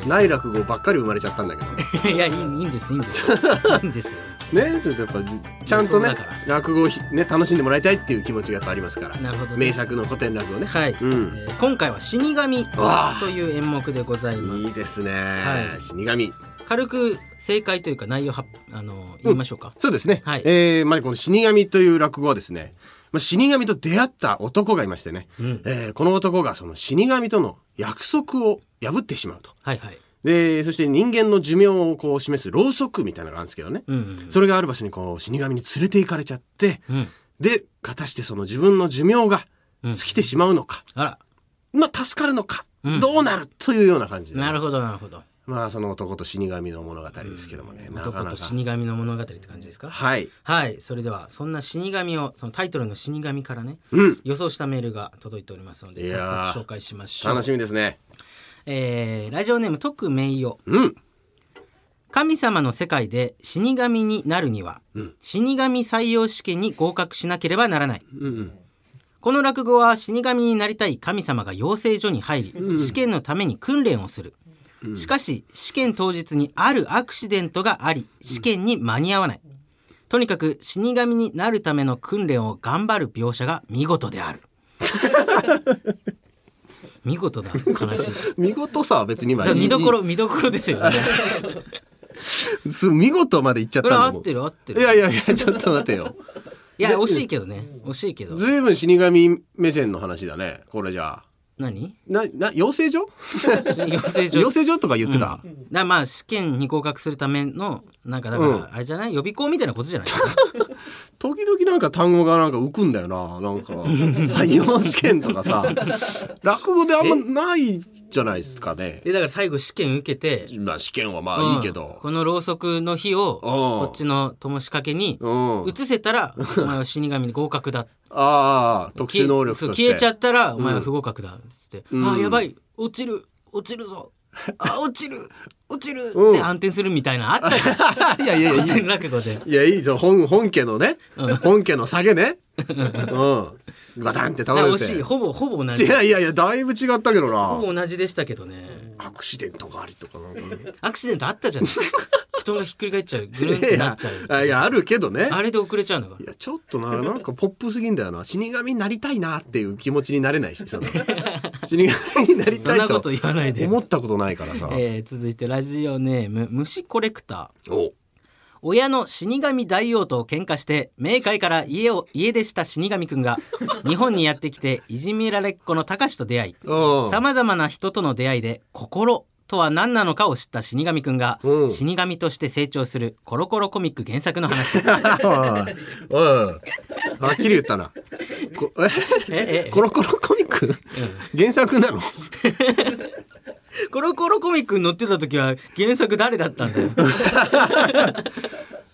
B: ない落語ばっかり生まれちゃった んだけど
A: いやいいいいんですいいん ですいいんですよ
B: ねちょっとやっぱじちゃんとね
A: そうだか
B: 落語をひね楽しんでもらいたいっていう気持ちがやっぱありますから
A: なるほどね
B: 名作の古典落語ね
A: はい、
B: うん、
A: えー今回は「死神」
B: わ
A: という演目でございます
B: いいですね、
A: はい
B: 死神
A: 軽く正解というか内容はあの言いましょうか、
B: そうですね、えーまあ、この死神という落語はですね、まあ、死神と出会った男がいましてね、えーこの男がその死神との約束を破ってしまうと
A: はいはい
B: でそして人間の寿命をこう示すろうそくみたいなのがあるんですけどね、
A: うんうん
B: それがある場所にこう死神に連れて行かれちゃって、
A: うん
B: で果たしてその自分の寿命が尽きてしまうのか、
A: あら
B: まあ助かるのか、どうなるというような感じで、
A: なるほどなるほど
B: まあその男と死神の物語ですけどもね、なか
A: 男
B: な
A: と
B: か
A: 死神の物語って感じですか
B: はい
A: はいそれではそんな死神をそのタイトルの死神からね、
B: うん
A: 予想したメールが届いておりますので
B: いやー
A: 早速紹介しましょう
B: 楽しみですね
A: えーラジオネーム徳名誉、
B: うん
A: 神様の世界で死神になるには、死神採用試験に合格しなければならない
B: うん
A: この落語は死神になりたい神様が養成所に入り、試験のために訓練をする、しかし試験当日にあるアクシデントがあり試験に間に合わない、とにかく死神になるための訓練を頑張る描写が見事である見事だ悲しい
B: 見事さは別にまあ
A: 見どころ
B: い
A: 見どころですよね
B: いす見事までいっちゃっ
A: これ
B: た
A: 合
B: んだも
A: っ
B: ん
A: てる合って
B: い
A: る
B: やいやいやちょっと待てよ
A: いや惜しいけどね惜しいけど
B: ずいぶん死神目線の話だねこれじゃあ
A: 何
B: なな養 成所
A: 養成所
B: 養成所とか言ってた、
A: だからまあ試験に合格するためのなんかだか
B: う
A: ら
B: ん
A: あれじゃない予備校みたいなことじゃない
B: 時々なんか単語がなんか浮くんだよななんか採用試験とかさ落語であんまないじゃないですかね
A: でだから最後試験受けて
B: まあ試験はまあいいけ
A: うん
B: ど、
A: このろうそくの火をこっちの灯しかけに
B: うん
A: 移せた らお前は死神に合格だ
B: ああ特殊能力
A: 消えそ
B: と
A: う
B: して
A: 消えちゃったらお前は不合格だっつって、
B: うん
A: あーやばい落ちる落ちる ぞあ落ちる落ちる
B: うん
A: って暗転するみたいなあったじゃん
B: いやい やいや
A: 古 典落語で
B: いやいいぞ本本家のね、本家の下 げねうんガタンって倒れ
A: 惜
B: て
A: しいほぼほぼ同 じ
B: いやいやいやだいぶ違ったけど
A: ほ
B: な
A: ぼ同じでしたけどね
B: アクシデントがありとかなんかね
A: アクシデントあった じゃん布団がひっくり返っちゃうぐるんっ
B: いや
A: て
B: い
A: な
B: や
A: っちゃう
B: あいやあるけどね
A: あれで遅れちゃうのか
B: いやちょっとななんかポップすぎんだよな死神になりたいなっていう気持ちになれないしその死神になり
A: そ
B: た
A: ん
B: い
A: なことと言わないで、
B: 思ったことないからさ、
A: えー続いてラジオネーム虫コレクター
B: お
A: 親の死神大王と喧嘩して冥界から家を家出した死神くん が日本にやってきていじめられっ子の高志と出会い
B: うん
A: さまざまな人との出会いで心とは何なのかを知った死神くんが
B: うん
A: 死神として成長するコロコロコミック原作の 話
B: おいおいはっきり言ったなこ
A: え
B: えコロコロコミック原作なの
A: コロコロコミックに載ってた時は原作誰だったんだ よ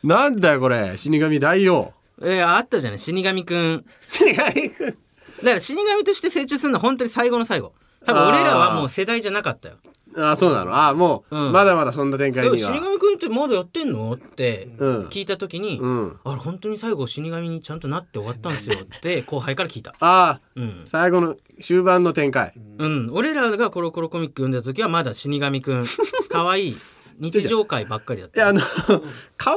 B: なんだよこれ死神大王
A: えー、あったじゃない死神くん
B: 死神くん
A: だから死神として成長するのは本当に最後の最後多分俺らはもう世代じゃなかったよ
B: あそうなのあもう、
A: うん
B: まだまだそんな展
A: そ
B: 開
A: う
B: に
A: 死
B: は
A: 神くんってまだやってんのって
B: うん
A: 聞いた時に、
B: うん
A: あれ本当に最後死神にちゃんとなって終わったん ですよって後輩から聞いた
B: あー
A: うん、
B: 最後の終盤の展開
A: うん、俺らがコロコロコミック読んだ時はまだ死神 くん可愛い日常会ばっかりだっ
B: いや
A: た
B: あの 可愛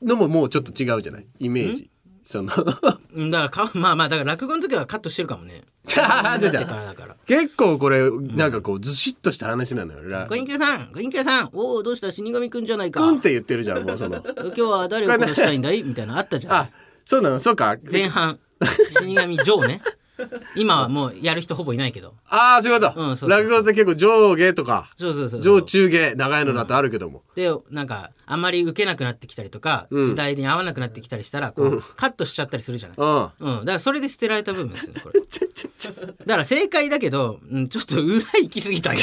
B: いのももうちょっと違うじゃないイメージその
A: うんだからかまあまあだから落語の時はカットしてるかもね
B: じゃあじゃあじ
A: だ
B: ゃ
A: って
B: あ
A: からだから
B: 結構これなんかこうずしっとした話なのよラ
A: ご隠
B: ク
A: 居さんご隠居さんおおどうした死神くんじゃないか
B: ンって言ってるじゃんもう その
A: 今日は誰を殺したいんだいみたいなのあったじゃん
B: あそうなのそうか
A: 前半死神ジョーね今はもうやる人ほぼいないけど
B: ああそういうこと、
A: うんそうそうそう
B: 落語って結構上下とか
A: そうそうそうそう
B: 上中下長いのだとあるけども、
A: でなんかあんまり受けなくなってきたりとか、
B: うん
A: 時代に合わなくなってきたりしたらこう、
B: うん
A: カットしちゃったりするじゃない、
B: うん
A: うん、だからそれで捨てられた部分ですねこれだから正解だけど、うん、ちょっと裏行き過ぎたよ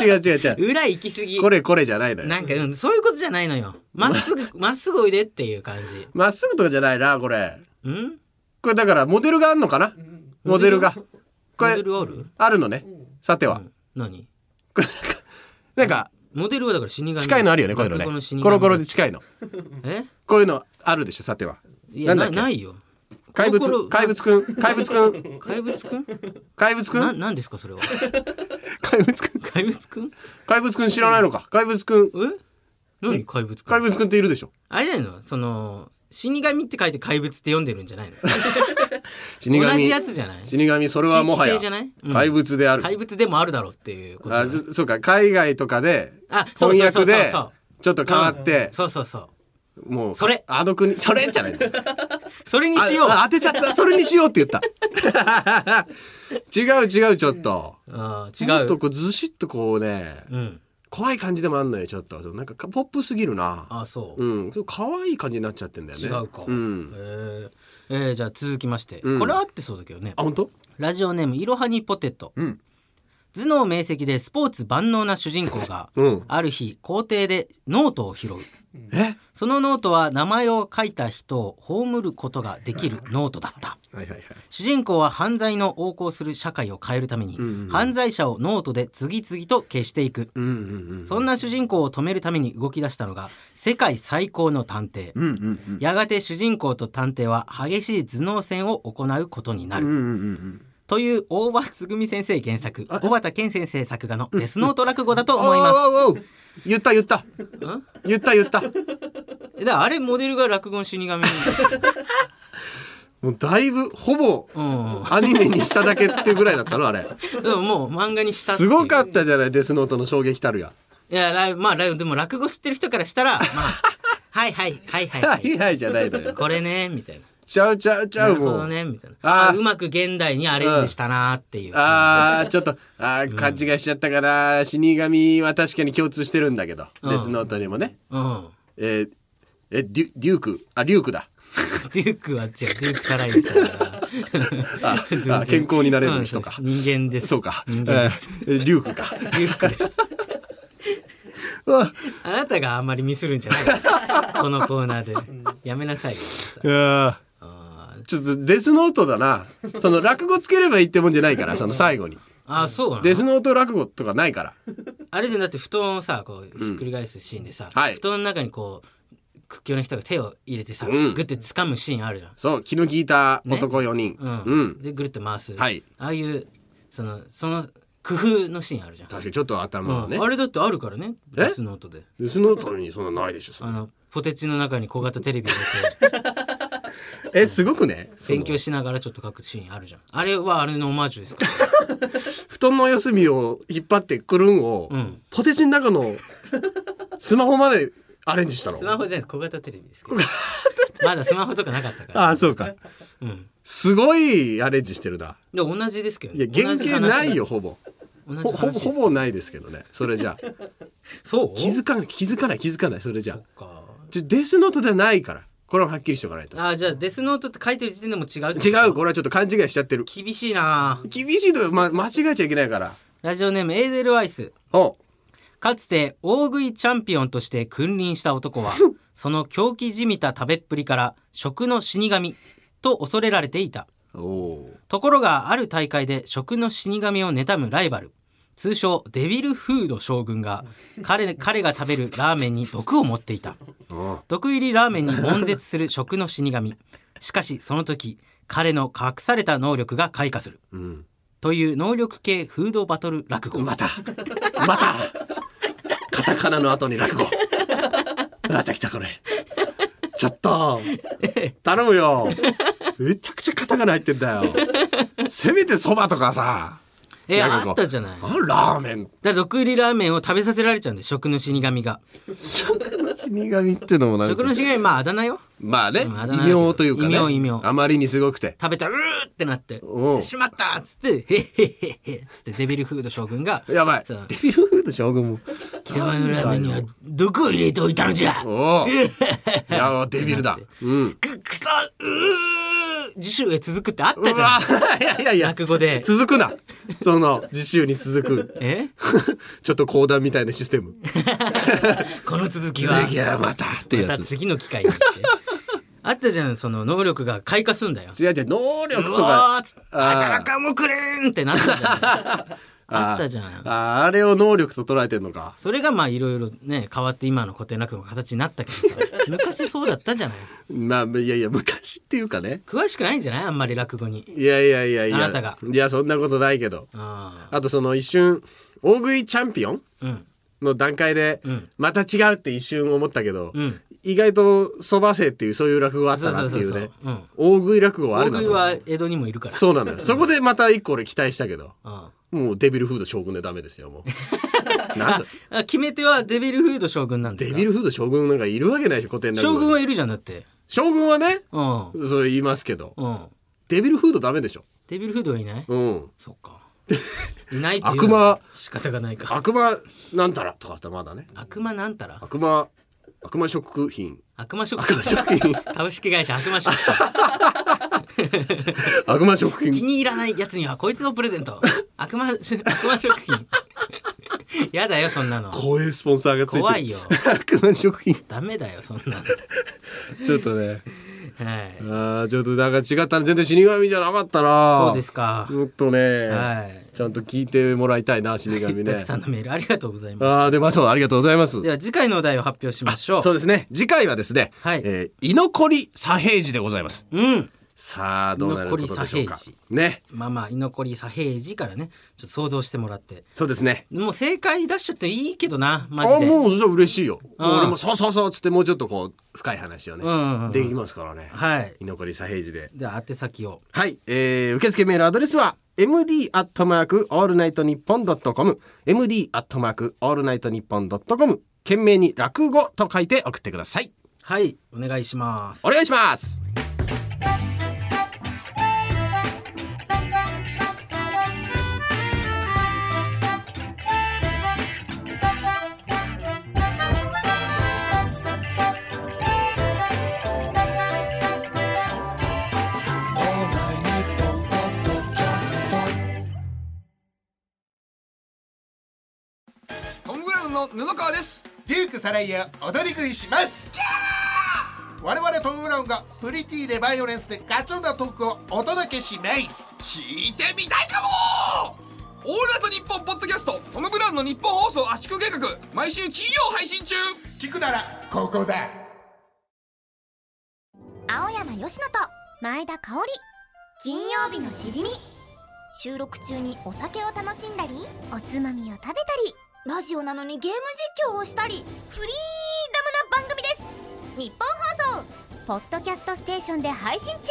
B: 違う違う違う
A: 裏行き過ぎ
B: これこれじゃないのよ
A: なんか、うん、そういうことじゃないのよまっすぐまっすぐおいでっていう感じ
B: まっすぐとかじゃないなこれ
A: うん
B: これだからモデルがあんのかなモデルがこ
A: モ
B: れ
A: デルある
B: あるのねさては、
A: 何
B: なんか
A: モデルはだから死神
B: 近いのあるよねこういうのね
A: 落語死神
B: コロコロで近いの
A: え
B: こういうのあるでしょさてはい
A: や
B: んだっけ
A: なないよ
B: 怪
A: コロコ
B: 物
A: ロ
B: 怪物くん怪物く ん
A: 怪物くん
B: 怪物くん
A: な何ですかそれ は
B: 怪物くん
A: 怪物くん
B: 怪物くん知らないのか怪物くん
A: え何怪物くん
B: 怪物くんっているでしょ
A: あれじゃないのその死神って書いて怪物って読んでるんじゃないの
B: 死神
A: 同じやつじゃない
B: 死神それはもは
A: 地
B: や
A: 域性じゃないうん
B: 怪物である、
A: 怪物でもあるだろうっていうこと
B: あじゃそうか海外とかで
A: あそう
B: 翻
A: そうそうそう
B: 訳で
A: そう
B: ちょっと変わって、
A: そうそうそう
B: もう
A: それ
B: あの国それじゃないんだよ
A: それにしよう
B: あ当てちゃ ったそれにしようって言った 違う違うちょっと
A: あー
B: も
A: 違
B: っ
A: う
B: とこうずしっとこうね、
A: うん
B: 怖い感じでもあんのよちょっとなんかかポップすぎるな
A: あそう
B: うんそう可愛い感じになっちゃってんだよね
A: 違うか、
B: うん
A: えーえーじゃあ続きまして、
B: うん
A: これは合ってそうだけどね
B: あ本当
A: ラジオネームいろはにポテト、頭脳明晰でスポーツ万能な主人公が、
B: うん
A: ある日校庭でノートを拾うそのノートは名前を書いた人を葬ることができるノートだった
B: はいはいはい
A: 主人公は犯罪の横行する社会を変えるために、犯罪者をノートで次々と消していく、そんな主人公を止めるために動き出したのが世界最高の探偵、
B: うんうんうん
A: やがて主人公と探偵は激しい頭脳戦を行うことになる、という大場つぐみ先生原作小畑健先生作画のデスノート落語だと思います、
B: おうおうおう言った言った言った言った
A: えだからあれモデルが落語の死神
B: もうだいぶほぼアニメにしただけっていうぐらいだったのあれ
A: でももう漫画にしたってい
B: す
A: う
B: ごかったじゃないデスノートの衝撃たるや
A: いやライまあライでも落語知ってる人からした らまあはいはいはいはい
B: はいはいじゃないのよ
A: これねみたいな
B: ちゃうちゃうちゃ
A: な
B: う
A: るほ
B: も
A: ど
B: う
A: ねみたいな
B: あー
A: あうまく現代にアレンジしたなーっていう、
B: あーちょっとあー勘違いしちゃったかな死神は確かに共通してるんだけど
A: うん
B: デスノートにもね
A: うん
B: えーえデュデュークあリュークだ
A: デュークは違うデュークサライですから
B: あ
A: 全然
B: あ健康になれる人か
A: うん人間です
B: そうか
A: 人間です、
B: えーリュークか
A: リュークです
B: うわ
A: あなたがあんまりミスるんじゃないこのコーナーでやめなさいよ
B: あーちょっとデスノートだなその落語つければいいってもんじゃないからその最後に
A: あーそうなの
B: デスノート落語とかないから
A: あれでだって布団をさこうひっくり返すシーンでさ、
B: はい
A: 布団の中にこう屈強な人が手を入れてさ、
B: うん
A: グッて掴むシーンあるじゃん、
B: そう気の利いた男4人、
A: うん
B: うん
A: でぐるっと回す、
B: はい
A: ああいうそのその工夫のシーンあるじゃん、
B: 確かにちょっと頭はね、
A: うんあれだってあるからね
B: え
A: デスノートで
B: デスノートにそんなないでしょそ
A: あ
B: れ
A: のポテチの中に小型テレ ビを
B: えすごくね
A: 入れて勉強しながらちょっと書くシーンあるじゃんあれはあれのオマージュですか
B: 布団の四隅を引っ張ってくるんを、
A: うん
B: ポテチの中のスマホまでアレンジしたの
A: スマホじゃないです小型テレビですけどまだスマホとかなかったから
B: ああそうか
A: うん
B: すごいアレンジしてるな
A: で同じですけど
B: い
A: ね
B: や原
A: 同じ
B: 型
A: 話だ
B: ないよほぼ
A: 同じ
B: ほほ
A: 話
B: ぼ
A: です
B: ほぼないですけどねそれじゃあ
A: そう
B: 気づかない気づかない気づかないそれじゃあ
A: か
B: ちょデスノートではないからこれははっきりしておかないと
A: あーじゃあデスノートって書いてる時点でも違う
B: 違うこれはちょっと勘違いしちゃってる
A: 厳しいな
B: 厳しいと、ま、間違えちゃいけないから
A: ラジオネームエーデルワイス
B: お
A: かつて大食いチャンピオンとして君臨した男 はその狂気じみた食べっぷりから食の死神と恐れられていた
B: お
A: ところがある大会で食の死神を妬むライバル通称デビルフード将軍が彼彼が食べるラーメンに毒を持っていた
B: お
A: 毒入りラーメンに悶絶する食の死神しかしその時彼の隠された能力が開花する
B: うん
A: という能力系フードバトル落語
B: またまたカタカナの後に落語また来たこれちょっと頼むよめちゃくちゃカタカナ入ってんだよせめてそばとかさ
A: え
B: なん
A: あ
B: かこう
A: ったじゃない
B: あラーメン
A: だから毒入りラーメンを食べさせられちゃうんで食の死神 が
B: 死神っていうのもなん
A: 食
B: か
A: の死神まああだ名よ
B: まあね
A: んあだ名だ
B: 異
A: けど
B: 名というかね
A: 異名異名
B: あまりにすごくて
A: 食べたらうーってなって
B: うん
A: しまったっつってへっへっへっへっつってデビルフード将軍が
B: やばい
A: そう
B: デビルフード 将軍も
A: 貴様のラーメンには毒を入れておいたのじゃ
B: おおいやデビルだうん
A: くくそうー次週へ続くってあった じゃん
B: いやいやいや
A: 落語で
B: 続くなその次週に続く
A: え
B: ちょっと講談みたいなシステム
A: この続きは
B: 次はまたって
A: ま
B: や
A: た
B: つ
A: 次の機会にってああったじゃんその能力が開花すんだよ
B: 違う違う能力とか
A: うわーっつって
B: あー
A: あじゃらかもくれーんってなったじゃん
B: あ
A: あったじゃん
B: ああれを能力と捉えてんのか
A: それがまあいろいろね変わって今の古典落語の形になったけ どさ昔そうだったじゃない
B: まあいやいや昔っていうかね
A: 詳しくないんじゃないあんまり落語に
B: いやいやいやいや
A: あなたが
B: いやそんなことないけど
A: あ
B: とその一瞬大食いチャンピオン
A: うん
B: の段階で、また違うって一瞬思ったけど、
A: うん
B: 意外とそばせっていうそういう落語あったなっていう
A: そうそうそ
B: ね
A: うそううん
B: 大食い落語はあ
A: 大
B: るな
A: 食い
B: と
A: は江戸にもいるから
B: そうなのよそこでまた一個俺期待したけど
A: あ
B: もうデビルフード将軍でダメですよ もうなんだ
A: あ決め手はデビルフード将軍なんです
B: デ
A: か
B: ビルフード将軍なんかいるわけないでしょ古典落語
A: 将
B: に
A: 軍はいるじゃんだって
B: 将軍はね
A: うん
B: それ言いますけど、
A: うん
B: デビルフードダメでしょ
A: デビルフードはいない
B: うん
A: そっ かいないっていう
B: 悪魔
A: 仕方がないか
B: 悪魔なんたらとかだったらまだね
A: 悪魔なんたら
B: 悪魔悪魔食品
A: 悪魔食品株式会社悪魔食品
B: 悪魔食
A: 気
B: 品
A: に入らないやつにはこいつのプレゼント悪魔悪魔食品 やだよそんなの
B: 怖いスポンサーがついてる
A: 怖いよ
B: 悪魔食品
A: ダメだよそんなの
B: ちょっとね
A: はい
B: あーちょっとなんか違ったね全然死神じゃなかったな
A: そうですか
B: もっとね、
A: は
B: ちゃんと聞いてもらいたいな死 神
A: た
B: ね
A: くさんのメールありがとうございま
B: ああでまあそうありがとうございます
A: すでは次回のお題を発表しましょう
B: そうですね次回はですね、
A: はい
B: えー居残り左平次でございます
A: うん
B: さあどうなることでしょうか
A: 居残り左
B: ね
A: まあまあ居残り左平次からねちょっと想像してもらって
B: そうですね
A: もう正解出しちゃっていいけどなマ
B: あ
A: ジで
B: もうじゃあ嬉しいよも
A: うん
B: う俺もそうそうそうっつってもうちょっとこう深い話をね、
A: うんうんうん
B: できますからね
A: はい
B: 居残り左平次で
A: では宛先を
B: はい、えー、受付メールアドレスは md アットマークオールナイトニッポンドットコム md アットマークオールナイトニッポンドットコム件名に落語と書いて送ってください
A: はいお願いします
B: お願いします
K: トム・ブラウンの布川です
L: デュークサライヤ踊り食いします我々トム・ブラウンがプリティでバイオレンスでガチョンなトークをお届けします
K: 聞いてみたいかもオールナイトニッポンポッドキャストトム・ブラウンの日本放送圧縮計画毎週金曜配信中聞くならここだ
M: 青山佳乃と前田香織金曜日のしじみ収録中にお酒を楽しんだりおつまみを食べたりラジオなのにゲーム実況をしたりフリーダムな番組です日本放送ポッドキャストステーションで配信中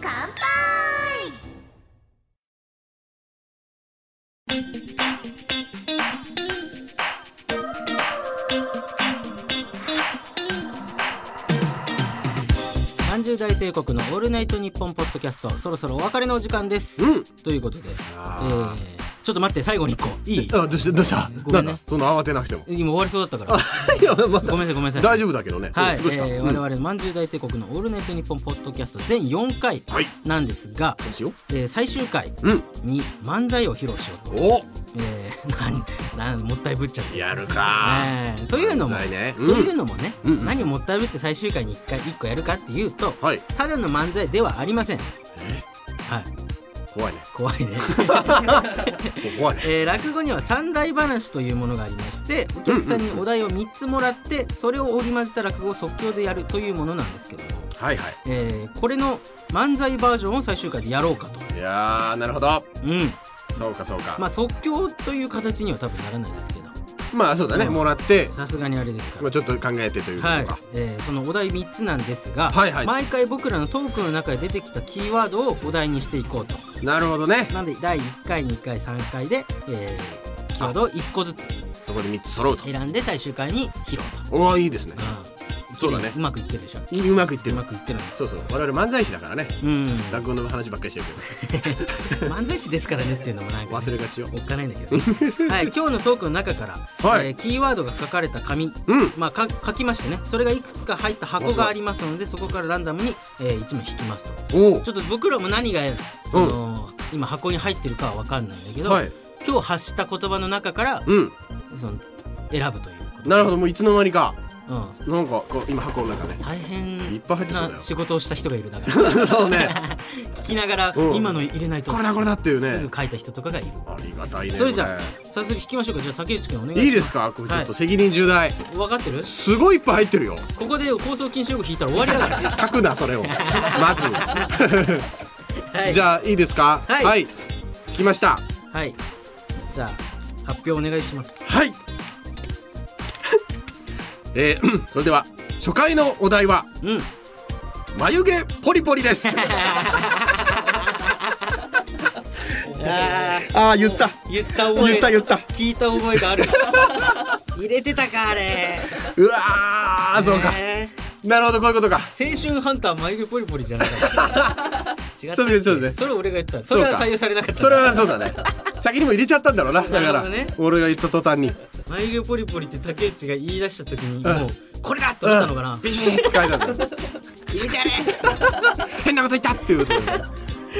M: 乾杯
A: 30代帝国の「オールナイトニッポン」ポッドキャストそろそろお別れのお時間です、ということで、えーちょっと待って最後に1個いい
B: あどうしたどうした
A: ごめんね
B: なんだその慌てなくても
A: 今終わりそうだったから
B: いやまだ
A: ごめんな さいごめんなさい
B: 大丈夫だけどね
A: はい、え
B: どうした、
A: ー、
B: う
A: 我
B: ん
A: 々まんじゅう大帝国の「オールナイトニッポン」ポッドキャスト全4回なんですが、えー最終回に漫才を披露しようと、えー なんなんもったいぶっちゃって
B: やるか
A: えーというのも、
B: 漫才ね
A: と
B: うん
A: いうのもね、
B: うんうん
A: 何をもったいぶって最終回に1回1個やるかっていうと、ただの漫才ではありませんはい
B: 怖いね
A: 怖いね
B: 怖いね
A: えー落語には三大話というものがありましてお客さんにお題を3つもらってそれを織り交ぜた落語を即興でやるというものなんですけども、
B: はいはい
A: えーこれの漫才バージョンを最終回でやろうかと
B: いやーなるほど
A: うん
B: そうかそうか
A: まあ即興という形には多分ならないですけど
B: まあそうだね、もらって
A: さすがにあれですから
B: まあちょっと考えてということか、
A: はい、えーそのお題3つなんですが、
B: はいはい
A: 毎回僕らのトークの中で出てきたキーワードをお題にしていこうと
B: なるほどね
A: なんで第1回2回3回で、えーキーワードを1個ずつ
B: そこで3つ揃うと
A: 選んで最終回に披露と
B: おおいいですね、そうだね
A: うまくいってるでしょ
B: うまくいってるう
A: まくいってる
B: そうそう我々漫才師だからね
A: うん
B: 落語の話ばっかりしてるけど
A: 漫才師ですからねっていうのもなんか、
B: 忘れがちよ
A: おっかないんだけど、 はい、今日のトークの中から、えーキーワードが書かれた紙、まあ、か書きましてねそれがいくつか入った箱がありますのでそこからランダムに、えー、1名引きますとち
B: お
A: ょっと僕らも何がその、今箱に入ってるかは分かんないんだけど、
B: はい
A: 今日発した言葉の中から、
B: うん
A: その選ぶという
B: なるほどもういつの間にかなんかこう今箱の中 ね
A: 大変
B: いっぱい入ってそうだ
A: な
B: よ
A: 仕事をした人がいるだから。
B: そうね。
A: 聞きながら
B: うん
A: 今の入れないと。
B: これだこれだっていうね
A: すぐ書いた人とかがいる。
B: ありがたいね
A: それじゃ
B: こ
A: あ早速引きましょうか。じゃあ竹内くんお願いします。
B: いいですかこれちょっと
A: は
B: 責任重大、
A: い分かってる？
B: すごいいっぱい入ってるよ
A: ここで放送禁止用語引いたら終わりだから。
B: 書くなそ れをまず、 じゃあいいですか
A: はい
B: 聞きました
A: はい。じゃあ発表お願いします。
B: はい。 えーそれでは初回のお題は、眉毛ポリポリです ああ言った
A: 言った覚え
B: 言った言った
A: 聞いた覚えがあ る入れてたかあれ
B: うわーそうかなるほどこういうことか
A: 青春ハンター眉毛ポリポリじゃなかった違った
B: そうですそうです
A: それ俺が言ったそれは採用されなかった
B: それはそうだね先にも入れちゃったんだろうなだか
A: なる
B: ら
A: ほどね
B: 俺が言った途端に
A: 眉毛ポリポリって竹内が言い出した時に
B: うん
A: もうこれだと思ったのかな、
B: ビシッて書いたんだよ
A: 入れてやれ
B: 変なこと言ったっていうことで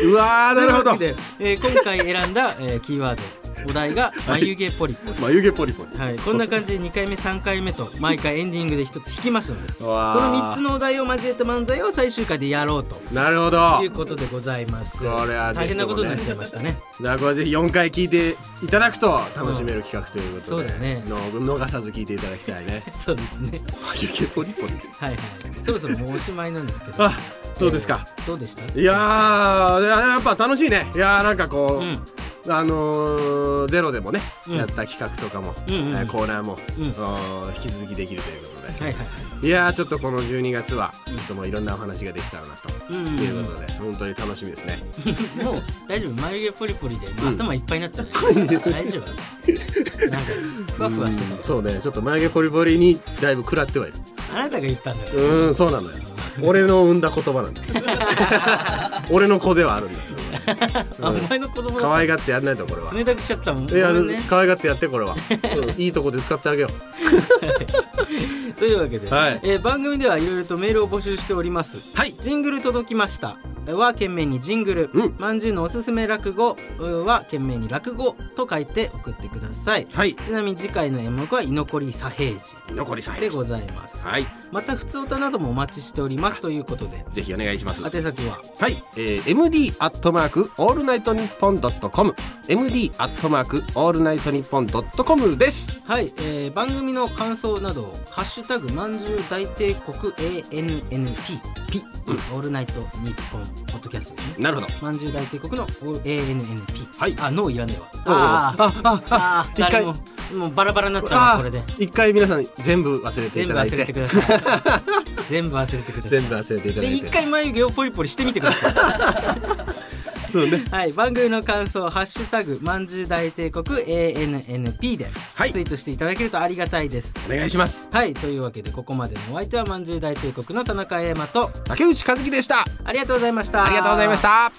B: うわーなるほど
A: というわけで、えー今回選んだ、えーキーワードお題が眉毛ポリポリ、
B: 眉毛ポリポリ
A: はい、こんな感じで2回目3回目と毎回エンディングで1つ引きますのでその
B: わー
A: 3つのお題を交えた漫才を最終回でやろうと
B: なるほど
A: いうことでございます
B: これはぜ
A: 大
B: ひ
A: 変なこ
B: ともね
A: とになっちゃいましたね
B: だからこれぜひ4回聞いていただくと楽しめる企画ということで、
A: うんそうだね
B: の逃さず聞いていただきた いね
A: そうですね
B: 眉毛ポリポリって
A: はいはいそろそろもうおしまいなんですけど
B: あそうですか、
A: どうでした
B: いやーややっぱ楽しいねいやーなんかこう、あのーゼロでもね、
A: うん
B: やった企画とかも、
A: うんうんうん
B: えーコーナーも、あー引き続きできるということで、
A: はいはい
B: いやーちょっとこの12月はちょっともういろんなお話ができたらなと、
A: うんうんうん
B: いうことで本当に楽しみですね
A: もう大丈夫眉毛ポリポリでもう
B: うん
A: 頭いっぱいになったん で大丈夫なんかふわふわして
B: うんそうねちょっと眉毛ポリポリにだいぶ食らってはいる
A: たあなたが言ったんだよ
B: うーんそうなのよ俺の産んだ言 葉なんだ俺の子ではあるんだ
A: あお前の子供
B: 可愛
A: が
B: がってやんないとこれは
A: 冷たくしちゃったもん
B: いや
A: ごめんね
B: 可愛がってやってこれ は、うんいいとこで使ってあげよう
A: というわけで、
B: はい
A: えー番組ではいろいろとメールを募集しております
B: はい
A: ジングル届きましたは懸命にジングル、まんじゅうのおすすめ落語は懸命に落語と書いて送ってください、
B: はい、
A: ちなみに次回の演目は居残り左平次
B: 残り左
A: でございます
B: はい
A: また普通歌などもお待ちしておりますということで
B: ぜひお願いします
A: 宛先は
B: はい、えー、MD アットマークオールナイトニッポンドットコム MD アットマークオールナイトニッポンドットコムです
A: はい、えー番組の感想などをハッシュタグまんじゅう大帝国 ANNP ピ、オールナイトニッポンポッドキャストですね
B: なるほど
A: まんじゅう大帝国の ANNP
B: はい
A: あ脳いらねえわ
B: おう
A: あー
B: あ
A: あー
B: 一回
A: 誰ももうバラバラになっちゃうわこれで
B: 一回皆さん全部忘れてい
A: 全部
B: ただい
A: 忘
B: て
A: れてください全部忘れてください
B: 全部忘れていただ
A: で
B: いて
A: 一回眉毛をポリポリしてみてください
B: そうね
A: はい番組の感想「ハッシュタグまんじゅう大帝国 ANNP」でツイートしていただけるとありがたいです、
B: お願いします
A: はいというわけでここまでのお相手はまんじゅう大帝国の田中英馬と
B: 竹内和樹でした
A: ありがとうございました
B: ありがとうございました